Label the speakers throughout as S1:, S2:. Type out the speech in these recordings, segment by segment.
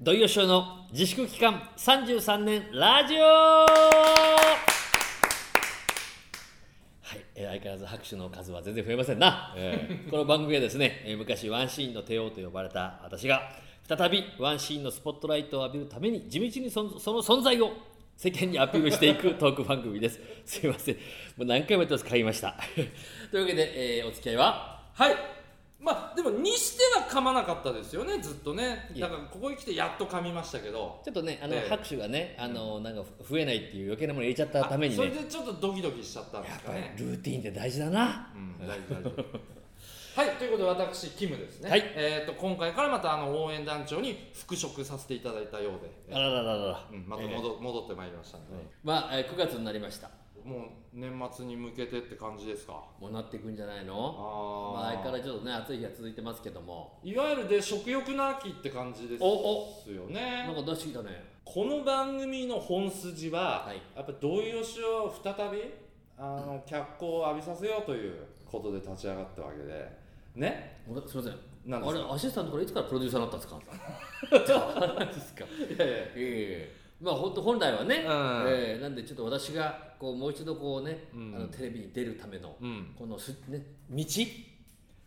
S1: 土曜賞の自粛期間33年ラジオはい、えー相変わらず拍手の数は全然増えませんな、え ーこの番組はですね、えー昔ワンシーンの帝王と呼ばれた私が再びワンシーンのスポットライトを浴びるために地道にそんその存在を世間にアピールしていくトーク番組です すいませんもう何回もやってます買いました というわけで、えーお付き合いは
S2: はいまあでもにしては噛まなかったですよねずっとね
S1: いえ
S2: だからここに来てやっと噛みましたけど
S1: ちょっとねあの、
S2: ええ
S1: 拍手がねあのなんか増えないっていう余計なもの入れちゃったために
S2: あそ
S1: ね
S2: れでちょっとドキドキしちゃったんで
S1: や
S2: す
S1: っ
S2: か
S1: ぱ
S2: ね
S1: りルーティンって大事だな
S2: うん大丈夫大丈夫はいということで私キムですね、
S1: はい
S2: えー、と今回からまたあの応援団長に復職させていただいたようで、
S1: あららららら、
S2: うん、また戻,、戻ってまいりましたので、
S1: まあ、えー9月になりました
S2: もう年末に向けてって感じですか
S1: もうなっていくんじゃない
S2: あ
S1: の
S2: ー
S1: まあ、相変わらずちょっとね暑い日が続いてますけども
S2: いわゆるで食欲の秋って感じです
S1: おお
S2: よ
S1: なん
S2: ね
S1: か出してきたね
S2: この番組の本筋は、
S1: はい
S2: やっぱ同意をしを再びあの脚光を浴びさせようということで立ち上がったわけでね
S1: 俺すいません
S2: 何で
S1: あ
S2: す
S1: れアシスタントからいつからプロデューサーになったんですか何です か
S2: いやいや
S1: ええまあ本当本来はね、
S2: うん
S1: ええなんでちょっと私がこうもう一度こうね、
S2: うん
S1: あのテレビに出るための、
S2: うん
S1: このす、ね、道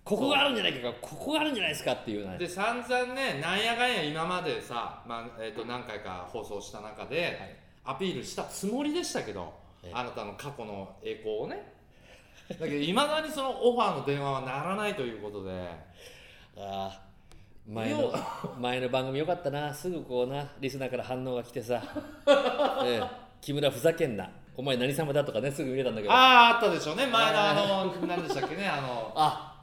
S1: ここがあるんじゃないかここがあるんじゃないですかっていうような
S2: で散々ねなんやかんや今までさ、まあえー、と何回か放送した中で、アピールしたつもりでしたけど
S1: ええ
S2: あなたの過去の栄光をねだけどいまだにそのオファーの電話はならないということで
S1: ああ前の 前の番組よかったなすぐこうなリスナーから反応が来て さ「ええ木村ふざけんなお前何様だ」とかねすぐ見れたんだけどあ
S2: あああったでしょうね前のあの何でしたっけねあの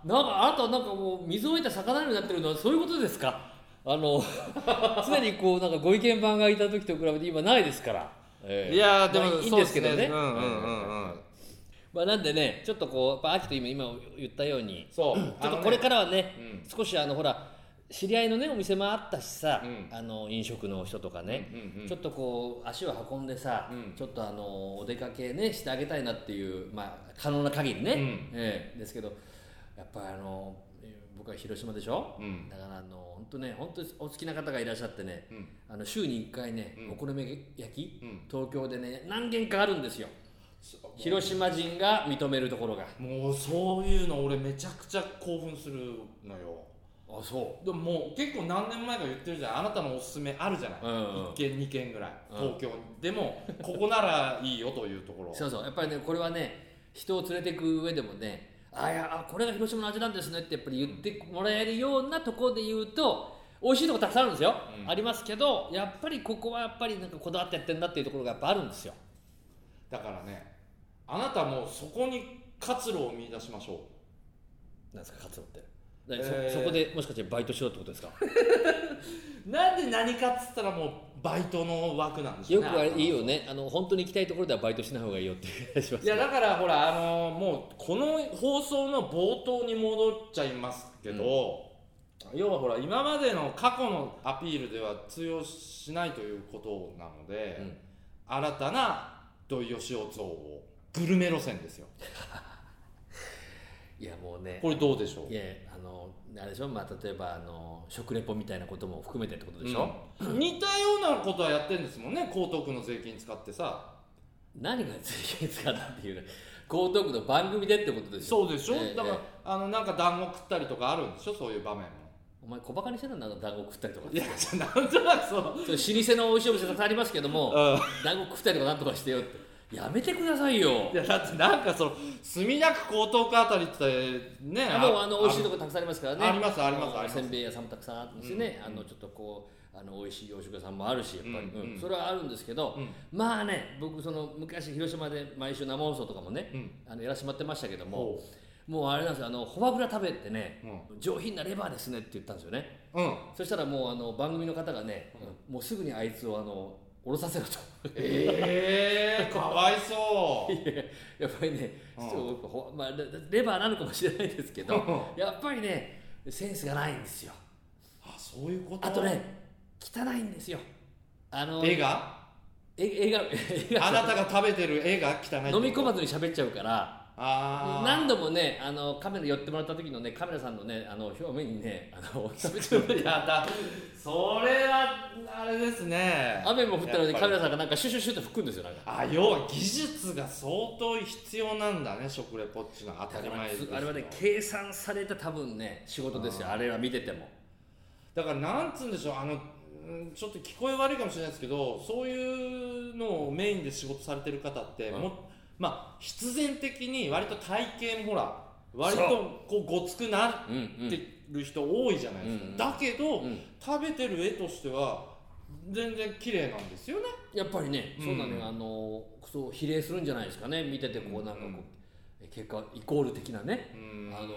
S1: なんかあなたなんかもう水を置いた魚になってるのはそういうことですかあの 常にこうなんかご意見番がいた時と比べて今ないですから、ええ
S2: いやーでも、
S1: まあいいんですけど
S2: そう
S1: ね
S2: うんうんうん
S1: ええ
S2: うん
S1: まあ、なんでねちょっとこうやっぱ秋と今今言ったように
S2: そう
S1: ちょっとこれかららはね、
S2: うん
S1: 少しあのほら知り合いのねお店もあったしさ、
S2: うん
S1: あの飲食の人とかね、
S2: うんうん
S1: ちょっとこう足を運んでさ、
S2: うん
S1: ちょっとあのお出かけねしてあげたいなっていう、まあ、可能な限りね、
S2: うん
S1: ええですけどやっぱりあの僕は広島でしょ、
S2: うん
S1: だからあの本当ね本当にお好きな方がいらっしゃってね、
S2: うん
S1: あの週に1回ね、
S2: うん
S1: お好み焼き、
S2: うん
S1: 東京でね何軒かあるんですよ広島人が認めるところが
S2: もうそういうの俺めちゃくちゃ興奮するのよ
S1: あそ
S2: でももう結構何年前か言ってるじゃんあなたのおすすめあるじゃない、
S1: うんうん
S2: 1軒2軒ぐらい
S1: うん
S2: 東京に、でもここならいいよというところ
S1: そうそうやっぱりねこれはね人を連れていく上でもねあいやあこれが広島の味なんですねってやっぱり言ってもらえるようなところで言うと美味しいとこたくさんあるんですよ、
S2: うん
S1: ありますけどやっぱりここはやっぱりなんかこだわってやってんだっていうところがやっぱあるんですよ
S2: だからねあなたもそこに活路を見出しましょう
S1: なんですかカツオってでそ,、
S2: えー
S1: そこでもしかしてバイトしろってことです か
S2: なんで何かっつったらもうバイトの枠なんでしょ
S1: よ
S2: う
S1: く
S2: ね
S1: あれいい
S2: あな
S1: よねあの本当に行きたいところではバイトしない方がいいよって言いしま
S2: た
S1: す
S2: いやだからほらあのーもうこの放送の冒頭に戻っちゃいますけど、要はほら今までの過去のアピールでは通用しないということなので、
S1: うん
S2: 新たな土井善雄像をグルメ路線ですよ
S1: いやもうね
S2: これどうでしょう
S1: いやあのあれでしょ、まあ、例えばあの食レポみたいなことも含めてってことでしょ、
S2: うん似たようなことはやってるんですもんね江東区の税金使ってさ
S1: 何が税金使ったっていうね江東区の番組でってことでしょ
S2: そうでしょ、
S1: ええ
S2: だから、
S1: え
S2: あのなんか団子食ったりとかあるんでしょそういう場面も
S1: お前小バカにしてたんだな団子食ったりとか
S2: いやじゃあなんとなくそう
S1: それ老舗の美味しいお店たくさんありますけども
S2: うん
S1: 団子食ったりとかなんとかしてよってやめてくださいよ
S2: いやだってなんかその墨田区江東区あたりってね
S1: あもうあの美味しいと
S2: こ
S1: こたくさんありますからね
S2: ありますありますあります
S1: せんべい屋さんもたくさんあるんですよね、あのちょっとこうあの美味しい洋食屋さんもあるしやっぱり、
S2: うんうん
S1: うんそれはあるんですけど、まあね僕その昔広島で毎週生放送とかもね、
S2: うん
S1: あのやらしてもらってましたけども、
S2: も
S1: もうあれなんですよあのフォアグラ食べてね、
S2: う
S1: 上品なレバーですねって言ったんですよね
S2: ううん
S1: そしたらもうあの番組の方がね、もうすぐにあいつをあの降ろさ せろと
S2: ええー、 かわいそう
S1: いややっぱりね、
S2: うん
S1: ちょっとほまあ、レレバーなのかもしれないですけど、
S2: う
S1: やっぱりねセンスがないんですよ
S2: あそういうこと
S1: あとね汚いんですよあの
S2: 絵が
S1: え映画映画
S2: あなたが食べてる絵が汚いってこと
S1: 飲み込まずに喋っちゃうから
S2: ああ
S1: 何度もねあのカメラ寄ってもらった時の ねカメラさんのねあの表面にねあの喋っちゃう
S2: いやだそれは
S1: 雨も降ったのに
S2: やっぱり
S1: カメラさんがなんかシュシュシュって吹くんですよなんか
S2: あ要は技術が相当必要なんだね食レポっちのは当たり前ですよ
S1: あれはね計算された多分ね仕事ですよあれは見てても
S2: だからなんつうんでしょうあのうんちょっと聞こえ悪いかもしれないですけどそういうのをメインで仕事されてる方って、
S1: うん
S2: もまあ必然的に割と体型もほら割と
S1: そう
S2: こうごつくな
S1: うんう
S2: っ
S1: ん
S2: てる人多いじゃないですか、
S1: うん
S2: だけど、
S1: うん
S2: 食べてる絵としては全然綺麗なんですよね
S1: やっぱりね、
S2: うん
S1: そうなのよあのそう比例するんじゃないですかね見ててこうなんかこう、え結果イコール的なね、
S2: うん
S1: あのやっ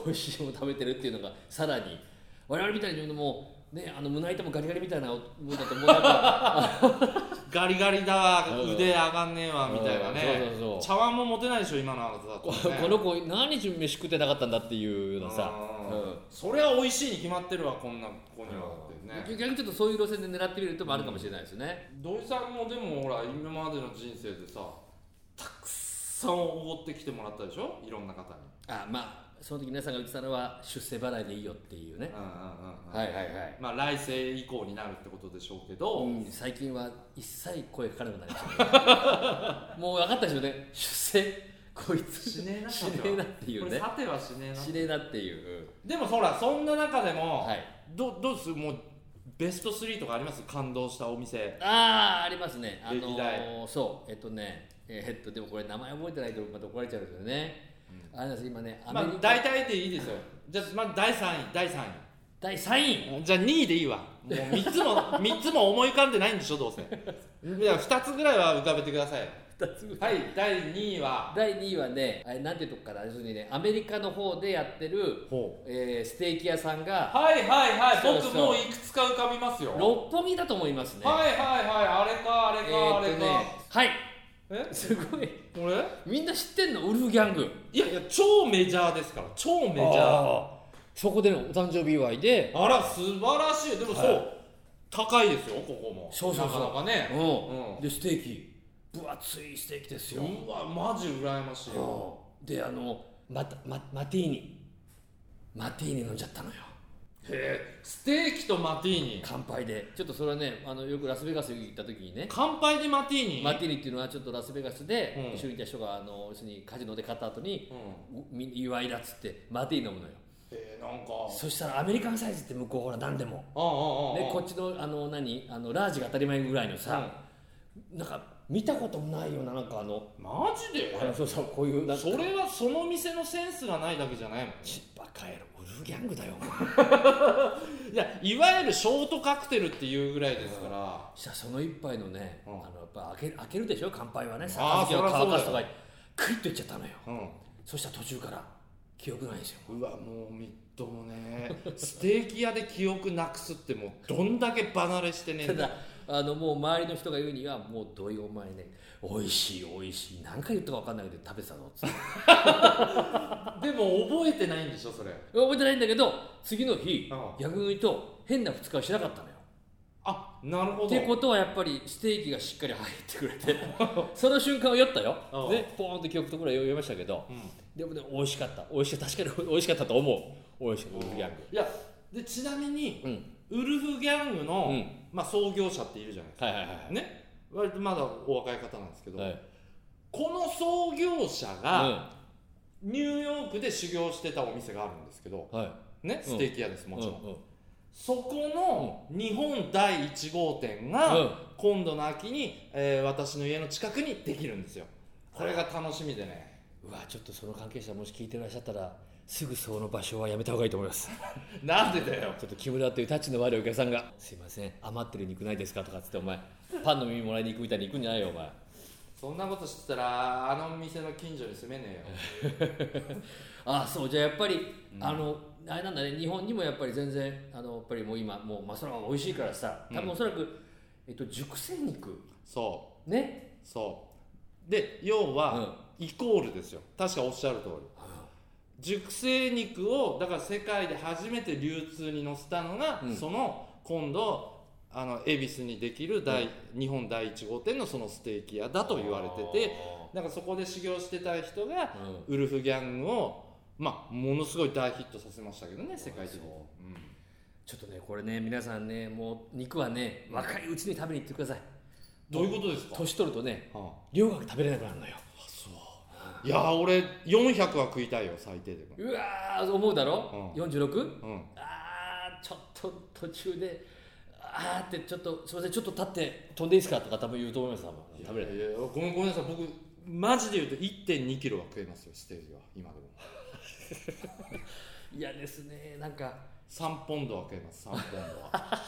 S1: ぱ美味しいもの食べてるっていうのがさらに我々みたいにもうねあの胸板もガリガリみたいなもんだと思うなんか
S2: ガリガリだわ
S1: うん
S2: 腕上がんねえわみたいな
S1: うんそう
S2: ね
S1: そうそう
S2: 茶碗も持てないでしょ今のあなただと、
S1: こ
S2: ね、
S1: この子何日飯食ってなかったんだっていうようなさ、
S2: あ
S1: う
S2: ー
S1: ん
S2: それは美味しいに決まってるわこんな子にはってね
S1: 逆にちょっとそういう路線で狙ってみるともあるかもしれないですね、
S2: 土井さんもでもほら今までの人生でさたくさんおごってきてもらったでしょいろんな方に
S1: あまあその時皆さんが言ってたのは出世払いでいいよっていうね
S2: うん、うんうんうん
S1: はいはいはい
S2: まあ来世以降になるってことでしょうけど、
S1: うん最近は一切声かからなくなりました、ね、もう分かったでしょうね出世こいつ
S2: しねえな
S1: しねえなっていう
S2: こ
S1: ね
S2: れさてはしねえな
S1: しねえなっていう、
S2: でもほらそんな中で
S1: うん
S2: も、
S1: はい
S2: どどうですもうベスト3とかあります感動したお店
S1: ああありますねあの
S2: 歴
S1: ー
S2: 代
S1: そうえっとねえーっとでもこれ名前覚えてないとまた怒られちゃうんですよね、あれなんです今ねア
S2: ま
S1: メ
S2: あ
S1: リカ、
S2: 大体でいいですよじゃあまあ第3位第3位
S1: 第3位
S2: じゃあ2位でいいわ。もう3つ も三つも思い浮かんでないんでしょどうせ。いや2つぐらいは浮かべてください。
S1: 2つ
S2: はい第2位は。
S1: 第2位はねあれなんていうとこから要するにねアメリカの方でやってる、
S2: ほ
S1: えーステーキ屋さんが
S2: はいはいはい
S1: そうそう
S2: 僕もういくつか浮かびますよ。
S1: 六本木だと思いますね
S2: はいはいはいあれかあ
S1: え
S2: れか、
S1: ーっ
S2: あれ
S1: と
S2: か。
S1: ねはい
S2: え
S1: すごい
S2: これ
S1: みんな知ってんのウルフギャング
S2: いやいや超メジャーですから超メジャー。あ
S1: あそこでのお誕生日祝いで
S2: ら素晴らしいでもそう、
S1: は
S2: 高いですよここも。
S1: そうそうそう
S2: なかなかね。
S1: うん、
S2: うん
S1: でステーキ分厚いステーキですよ、
S2: うわマジ羨ましいよ。
S1: うんであのマタママティーニマティーニ飲んじゃったのよ
S2: へえステーキとマティーニ。
S1: 乾杯でちょっとそれはねあのよくラスベガス行った時にね
S2: 乾杯でマティーニ。
S1: マティーニっていうのはちょっとラスベガスで
S2: うん
S1: 一緒にいた人があの要するにカジノで勝った後に
S2: うん
S1: うみ祝いだっつってマティーニ飲むのよ
S2: えー、なんか
S1: そしたらアメリカンサイズって向こうほら何でも
S2: うんうんうん
S1: で
S2: うん
S1: こっちのあの何あのラージが当たり前ぐらいのさ、なんか見たこともないようななんかあの
S2: マジで
S1: あのそうそうこういうなんか
S2: それはその店のセンスがないだけじゃないもん
S1: ちバカ野郎ウルフギャングだよお前
S2: いやいわゆるショートカクテルっていうぐらいですから、
S1: そしたらその一杯のね、
S2: うん
S1: あのやっぱ開け開けるでしょ乾杯はね
S2: あー
S1: 杯を
S2: そりゃそ
S1: 乾
S2: うだ
S1: か
S2: よ
S1: すとかクイッといっちゃったのよ
S2: うん
S1: そしたら途中から記憶ないんですよ
S2: うわもうみっともね ステーキ屋で記憶なくすってもうどんだけ離れしてねえ
S1: た
S2: んだ
S1: だあのもう周りの人が言うにはもうどいお前ね美味しい美味しい何回言ったか分かんないけど食べてたのっつって
S2: でも覚えてないんでしょそれ
S1: 覚えてないんだけど次の日
S2: う
S1: 逆に言うと変な二日はしなかったのよ
S2: あなるほ
S1: っ
S2: ど
S1: てことはやっぱりステーキがしっかり入ってくれ てその瞬間は酔ったよ
S2: うん
S1: ねポーンと記憶ところは酔いましたけど
S2: うん
S1: でもね美味しかった美味しかった確かに美味しかったと思う美味しかったウルフギャング
S2: いやでちなみに
S1: うん
S2: ウルフギャングの、
S1: うん
S2: まあ、創業者っているじゃない
S1: はいはいはい
S2: ね割とまだお若い方なんですけど、
S1: はい
S2: この創業者
S1: う
S2: がニューヨークで修行してたお店があるんですけど、
S1: んはい
S2: ね、
S1: うん
S2: ステーキ屋ですもちろん、
S1: うんうん
S2: そこの日本第1号店が、
S1: うん
S2: 今度の秋に、えー私の家の近くにできるんですよこれが楽しみでね
S1: うわちょっとその関係者もし聞いてらっしゃったらすぐその場所はやめた方がいいと思います
S2: なんでだよ
S1: ちょっと木村というタッチの悪いお客さんが「すいません余ってる肉ないですか?」とかっつってお前パンの耳もらいに行くみたいに行くんじゃないよお前
S2: そんなことしてたらあの店の近所に住めねえよ
S1: ああそうじゃあやっぱり、あのあれなんだね日本にもやっぱり全然あのやっぱりもう今もうマサラが美味しいからさ多分おそらく、えっと、熟成肉
S2: そ
S1: ね
S2: うそうで要は、イコールですよ確かおっしゃる通り熟成肉をだから世界で初めて流通に載せたのが、
S1: うん
S2: その今度あの恵比寿にできる第、日本第1号店のそのステーキ屋だと言われててなんかそこで修行してた人が
S1: あーうん
S2: ウルフギャングを、まあ、ものすごい大ヒットさせましたけどね世界的に
S1: そう
S2: うん
S1: ちょっとねこれね皆さんねもう肉はね若いうちに食べに行ってください
S2: どういうことですか、
S1: 年取るとね
S2: は
S1: 量が食べれなくなるのよ
S2: あ、そういやー俺400は食いたいよ最低でも
S1: うわー思うだろ、
S2: う
S1: 46?
S2: うん
S1: あーちょっと途中であーってちょっとすみませんちょっと立って飛んでいいですかとか多分言うと思います多分食べれない
S2: いやいやごめんごめんなさい僕マジで言うと1 2キロは食えますよステージは今でも
S1: いやですねなんか
S2: 3ポンドは食えます3ポンド は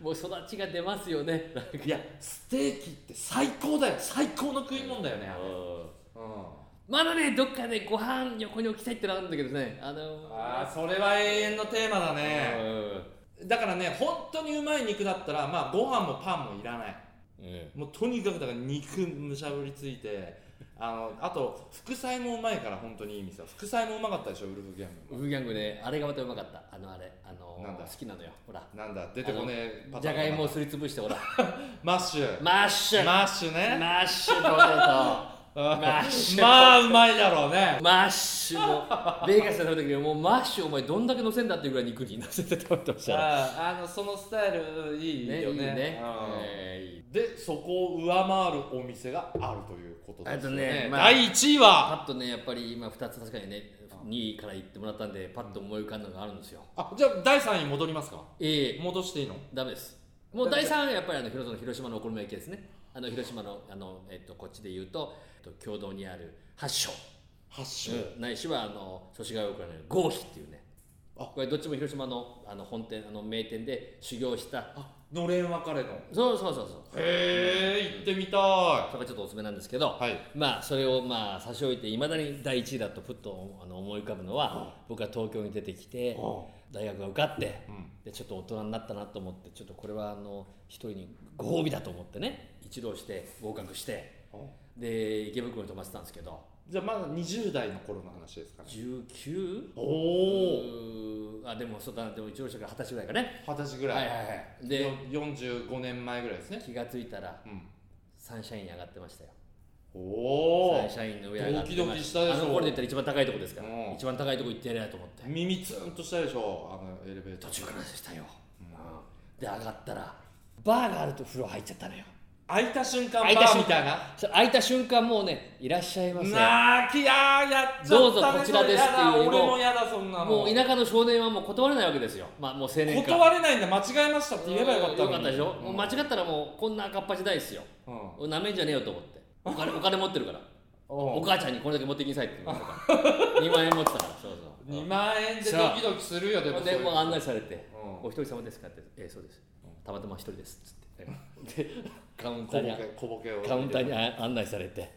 S1: もう育ちが出ますよねなんか
S2: いやステーキって最高だよ最高の食い物だよねあれ
S1: うん
S2: うん
S1: まだねどっかねご飯横に置きたいってのはあるんだけどねあの
S2: ああそれは永遠のテーマだね
S1: ー
S2: だからね本当にうまい肉だったらまあご飯もパンもいらない
S1: うん
S2: もうとにかくだから肉むしゃぶりついてあのあと副菜もうまいから本当にいい店は副菜もうまかったでしょウルフギャング
S1: ウーギャングねあれがまたうまかったあのあれあの
S2: なんだ
S1: 好きなのよほら
S2: なんだ出てこねえパ
S1: じ
S2: タ
S1: ゃ
S2: ーン
S1: がい
S2: かな
S1: もをすりつぶしてほら
S2: マッシュ
S1: マッシュマ
S2: マッシュね
S1: ッシュポテ
S2: うん
S1: マッシュ
S2: まあうまいだろうね
S1: トマッシュのベーカスで食べた時にもうマッシュお前どんだけ乗せんだっていうぐらい肉に乗せて食べてましたね
S2: ああのそのスタイルいい
S1: ねいい
S2: よ
S1: よ
S2: ね
S1: ね
S2: うん
S1: えーいい
S2: でそこを上回るお店があるということですよ
S1: あと
S2: ね
S1: ねまあ
S2: 第1位は
S1: パッとねやっぱり今2つ確かにね2位から言ってもらったんでパッと思い浮かんだのがあるんですよ
S2: あじゃあ第3位戻りますか
S1: ええ
S2: 戻していいの
S1: ダメですもう第3位はやっぱりあの広広島のお好み焼きですねあの広島のあの、えっと、こっちで言うと、えっと、共同にある八章
S2: 発祥、
S1: ないしはあの祖師ヶ谷くらいの合否っていうね
S2: あ
S1: これどっちも広島のあの本店あの名店で修行した
S2: あのれんは彼の
S1: そうそうそうそう
S2: へえ行ってみたい
S1: それがちょっとおすすめなんですけど、
S2: はい
S1: まあそれをまあ差し置いていまだに第1位だとふっとあの思い浮かぶのは僕は東京に出てきて大学が受かって
S2: うん
S1: でちょっと大人になったなと思ってちょっとこれはあの一人にご褒美だと思ってね一浪して合格してで池袋に泊まってたんですけど
S2: じゃあまだ20代の頃の話ですかね
S1: 19?
S2: おお
S1: うーあでもそうだなでも一浪してから二十歳ぐらいかね
S2: 二十歳ぐ
S1: はい
S2: ら、
S1: はいいはい
S2: で
S1: で
S2: 45年前ぐらいですね
S1: 気がついたら
S2: うん
S1: サンシャインに上がってましたよ
S2: お
S1: サ
S2: お
S1: ンシャインの上上がってま
S2: ドキドキしたでしょ
S1: あの頃で言ったら一番高いとこですから、
S2: うん
S1: 一番高いとこ行ってやれやと思って
S2: 耳ツーンとしたでしょあのエレベータ
S1: 途
S2: ー
S1: 中からでしたよ、で上がったらバーがあると風呂入っちゃったのよ
S2: 開いた瞬間
S1: 開い
S2: バ
S1: た瞬
S2: ー
S1: 間
S2: みたいな
S1: そう開いた瞬間もうねいらっしゃいませ
S2: なあきやーやっちゃったね
S1: どうぞこちらですっていうよりも
S2: それやだ俺もやだそんなの
S1: もう田舎の少年はもう断れないわけですよまあもう青年か
S2: 断れないんだ間違えましたって言えばよかったのに
S1: よかったでしょ、
S2: うん
S1: もう間違ったらもうこんな赤っ端ないですよ
S2: うん
S1: なめんじゃねえよと思ってお金お金持ってるからお
S2: お
S1: 母ちゃんにこれだけ持ってきなさいって言われた から2万円持ってたからそうそう
S2: 2万円でドキドキするよでも
S1: で
S2: そういう
S1: もう案内されて
S2: う
S1: 「
S2: ん
S1: お一人様ですか?」って「ええそうですたまたま一人です」っつ ってでカウンタ
S2: 小
S1: ー
S2: ボ
S1: に
S2: ケ小ボケを
S1: カウンターにあ案内されて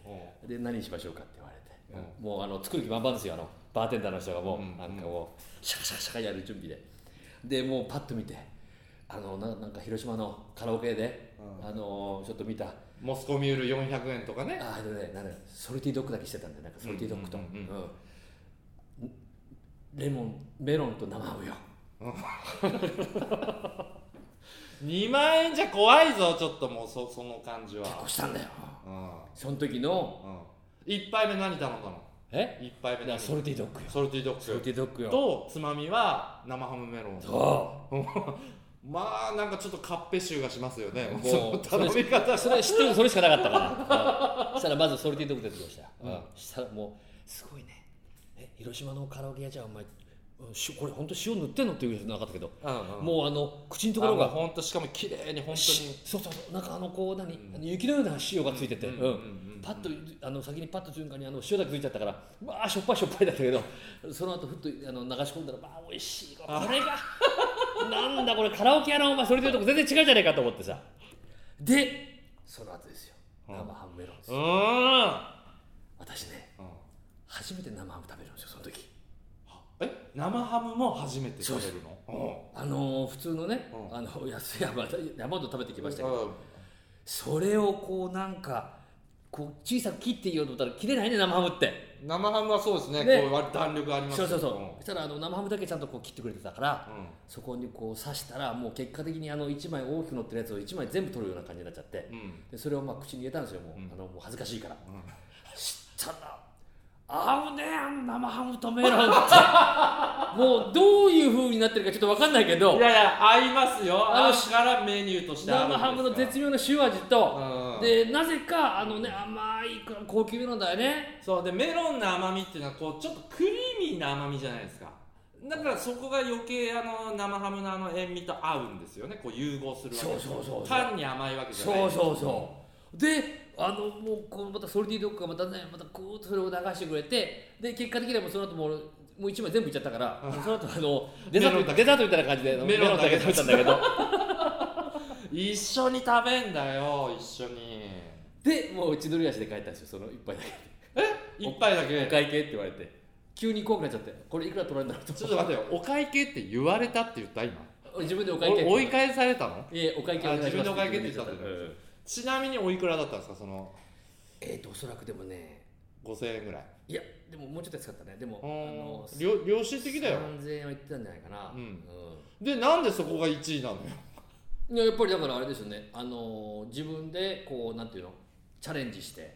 S2: うん
S1: で何にしましょうかって言われて、もうあの作る気満々ですよあのバーテンダーの人がもう、
S2: うん
S1: なんかもうシャカシャカシャカやる準備ででもうパッと見てあのななんか広島のカラオケで、
S2: う
S1: あのちょっと見たあ
S2: モスコミュール400円とかね
S1: あのねなんだソルティドッグだけしてたんでなんかソルティドッグと、
S2: うんうんうん
S1: うんレモンメロンと生ハムよ
S2: 2万円じゃ怖いぞちょっともうそその感じは
S1: 結構したんだよ
S2: うん
S1: その時の
S2: うん1杯目何頼んだの
S1: え
S2: ?1 杯
S1: だか
S2: 目何
S1: らソルティドッグよ
S2: ソルティドッ
S1: ソル
S2: グ
S1: ティドッグよ
S2: とつまみは生ハムメロン
S1: そ
S2: まあなんかちょっとカッペ臭がしますよね
S1: う
S2: もう頼み方
S1: あそれ知ってるそれしかなかったから、そしたらまずソルティドッグ出てきました、うんしたらもうすごいねえ広島のカラオケ屋じゃんお前うんしこれ本当塩塗ってんのっていう人なかったけど、
S2: もう
S1: もうあの口の
S2: と
S1: と
S2: こ
S1: ころ
S2: ろが
S1: が
S2: 本当しかも綺麗に本当に
S1: しそうそうそうなんかあのこう何、あの雪のような塩がついてて、
S2: う
S1: うんん
S2: うんうんうん
S1: パッとあの先にパッと瞬間にあの塩だけついちゃったからまあしょっぱいしょっぱいだったけどその後ふっとあの流し込んだらまあ美味しいこれがなんだこれカラオケ屋のお前それというとこ全然違うじゃないかと思ってさでその後ですよ生ハムメロンです
S2: う
S1: よ、
S2: ーん
S1: 私ね
S2: うん
S1: 初めて生ハム食べるんですよその時
S2: え生ハムも初めて食べるの
S1: あのー普通のね、
S2: うん
S1: あの安い山山ほど食べてきましたけど
S2: うん
S1: それをこうなんかこう小さく切っていいようと思ったら切れないね生ハムって
S2: 生ハムはそうですね
S1: ね
S2: こう割と弾力あります
S1: そ
S2: よ
S1: うそうそう、そしたらあの生ハムだけちゃんとこう切ってくれてたから、
S2: うん
S1: そこにこう刺したらもう結果的にあの1枚大きく乗ってるやつを1枚全部取るような感じになっちゃって、
S2: うん
S1: でそれをまあ口に入れたんですよもう,、
S2: うん
S1: あのもう恥ずかしいから、
S2: うん
S1: そしたら合うねあの生ハムとメロンってもうどういう風になってるかちょっと分かんないけど
S2: いやいや合いますよ
S1: あの
S2: あのからメニューとしてあるんで
S1: 生
S2: すか
S1: ハムの絶妙な塩味と、でなぜかあのね甘い高級メロンだよね
S2: そうでメロンの甘みっていうのはこうちょっとクリーミーな甘みじゃないですかだからそこが余計あの生ハムのあの塩味と合うんですよねこう融合するわけです
S1: そうそうそうそう
S2: 単に甘いわけじゃない
S1: そうそうそうであのもうこうまたソルティドッグがまたねまたグーッとそれを流してくれてで結果的にはもうその後もうもう1枚全部いっちゃったからその後あの デザ
S2: メ
S1: ー
S2: ロン
S1: ト
S2: だ
S1: デザートみたいな感じで
S2: メロンだけ
S1: メ食べたんだけど
S2: 一緒に食べんだよ一緒に
S1: でもう千鳥足で帰ったんですよその一杯だけ
S2: 一杯だ
S1: お
S2: け
S1: 会計って言われて急に怖くなっちゃってこれいくら取られるんだろうと
S2: ちょっと待ってよお会計って言われたって言った今
S1: 自分でお会計
S2: お追い返されたの
S1: いえお会計お願いします
S2: あ自分でお会計って言ったんだ
S1: うん
S2: ちなみにおいくらだったんですかその
S1: えっとおそらくでもね
S2: 5000円ぐらい
S1: いやでももうちょっと安かったねでもあ
S2: うん
S1: の
S2: 良良心的だよ
S1: 3000円はいってたんじゃないかな
S2: うんでなんでそこが1位なのよ
S1: うんいややっぱりだからあれですよねあのー自分でこうなんていうのチャレンジして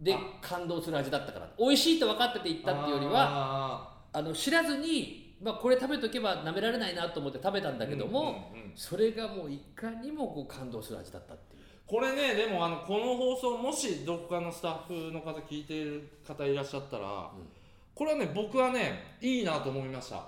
S1: で
S2: あ
S1: 感動する味だったから美味しいと分かってて言ったっていうよりは
S2: は
S1: あの知らずに、まあ、これ食べとけば舐められないなと思って食べたんだけども、それがもういかにもこう感動する味だったっていう
S2: これねでもあのこの放送もしどこかのスタッフの方聞いている方いらっしゃったら、
S1: ん
S2: これはね僕はねいいなと思いました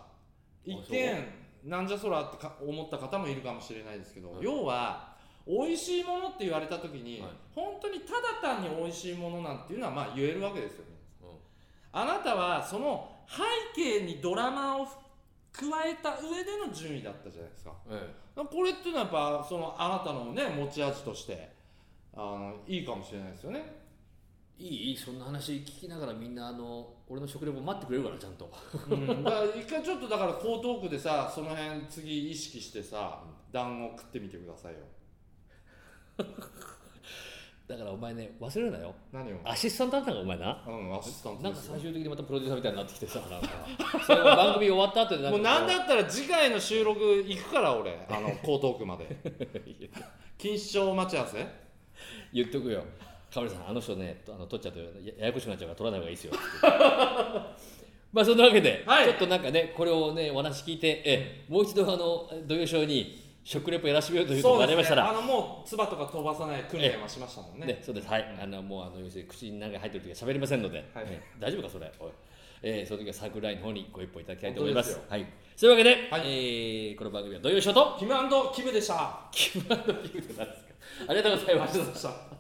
S2: 一
S1: そ
S2: 見なんじゃそらってか思った方もいるかもしれないですけど、
S1: はい
S2: 要は美味しいものって言われた時に、
S1: はい
S2: 本当にただ単に美味しいものなんていうのはまあ言えるわけですよね
S1: うん
S2: あなたはその背景にドラマを加えた上での順位だったじゃないですか
S1: え
S2: これっていうのはやっぱそのあなたのね持ち味としてあのいいかもしれないですよね
S1: えいいそんな話聞きながらみんなあの俺の食レポ待ってくれるからちゃんと
S2: うんだから一回ちょっとだから江東区でさその辺次意識してさ団子食ってみてくださいよ
S1: だからお前ね忘れるなよ
S2: 何を
S1: アシスタントだったんかお前な
S2: うんアシスタント
S1: なん
S2: で
S1: か
S2: す
S1: 最終的にまたプロデューサーみたいになってきてさなんかそれは番組終わった後でなん
S2: も
S1: か
S2: うなんだったら次回の収録行くから俺あの江東区まで錦糸町待ち合わせ
S1: 言っとくよかおりさんあの人ねあの取っちゃうとやややこしくなっちゃうから取らない方がいいですよまあそんなわけで、
S2: はい
S1: ちょっとなんかねこれをねお話聞いてえもう一度あの土曜賞に食レポやらせてみようということになりましたら
S2: あのもう唾とか飛ばさない訓練はしましたもんね
S1: ね、そうです、はい、あの、もう、あの、要するに、口に何か入ってる時は喋りませんので。
S2: はい
S1: ええ大丈夫か、それ、おい。えー、その時は、桜井の方にご一報いただきたいと思います。
S2: 本
S1: はい。そういうわけで、
S2: はい
S1: えーこの番組は土曜ショート。
S2: キムキムでした
S1: キムアンドキムでなんですかありがとうございました。
S2: した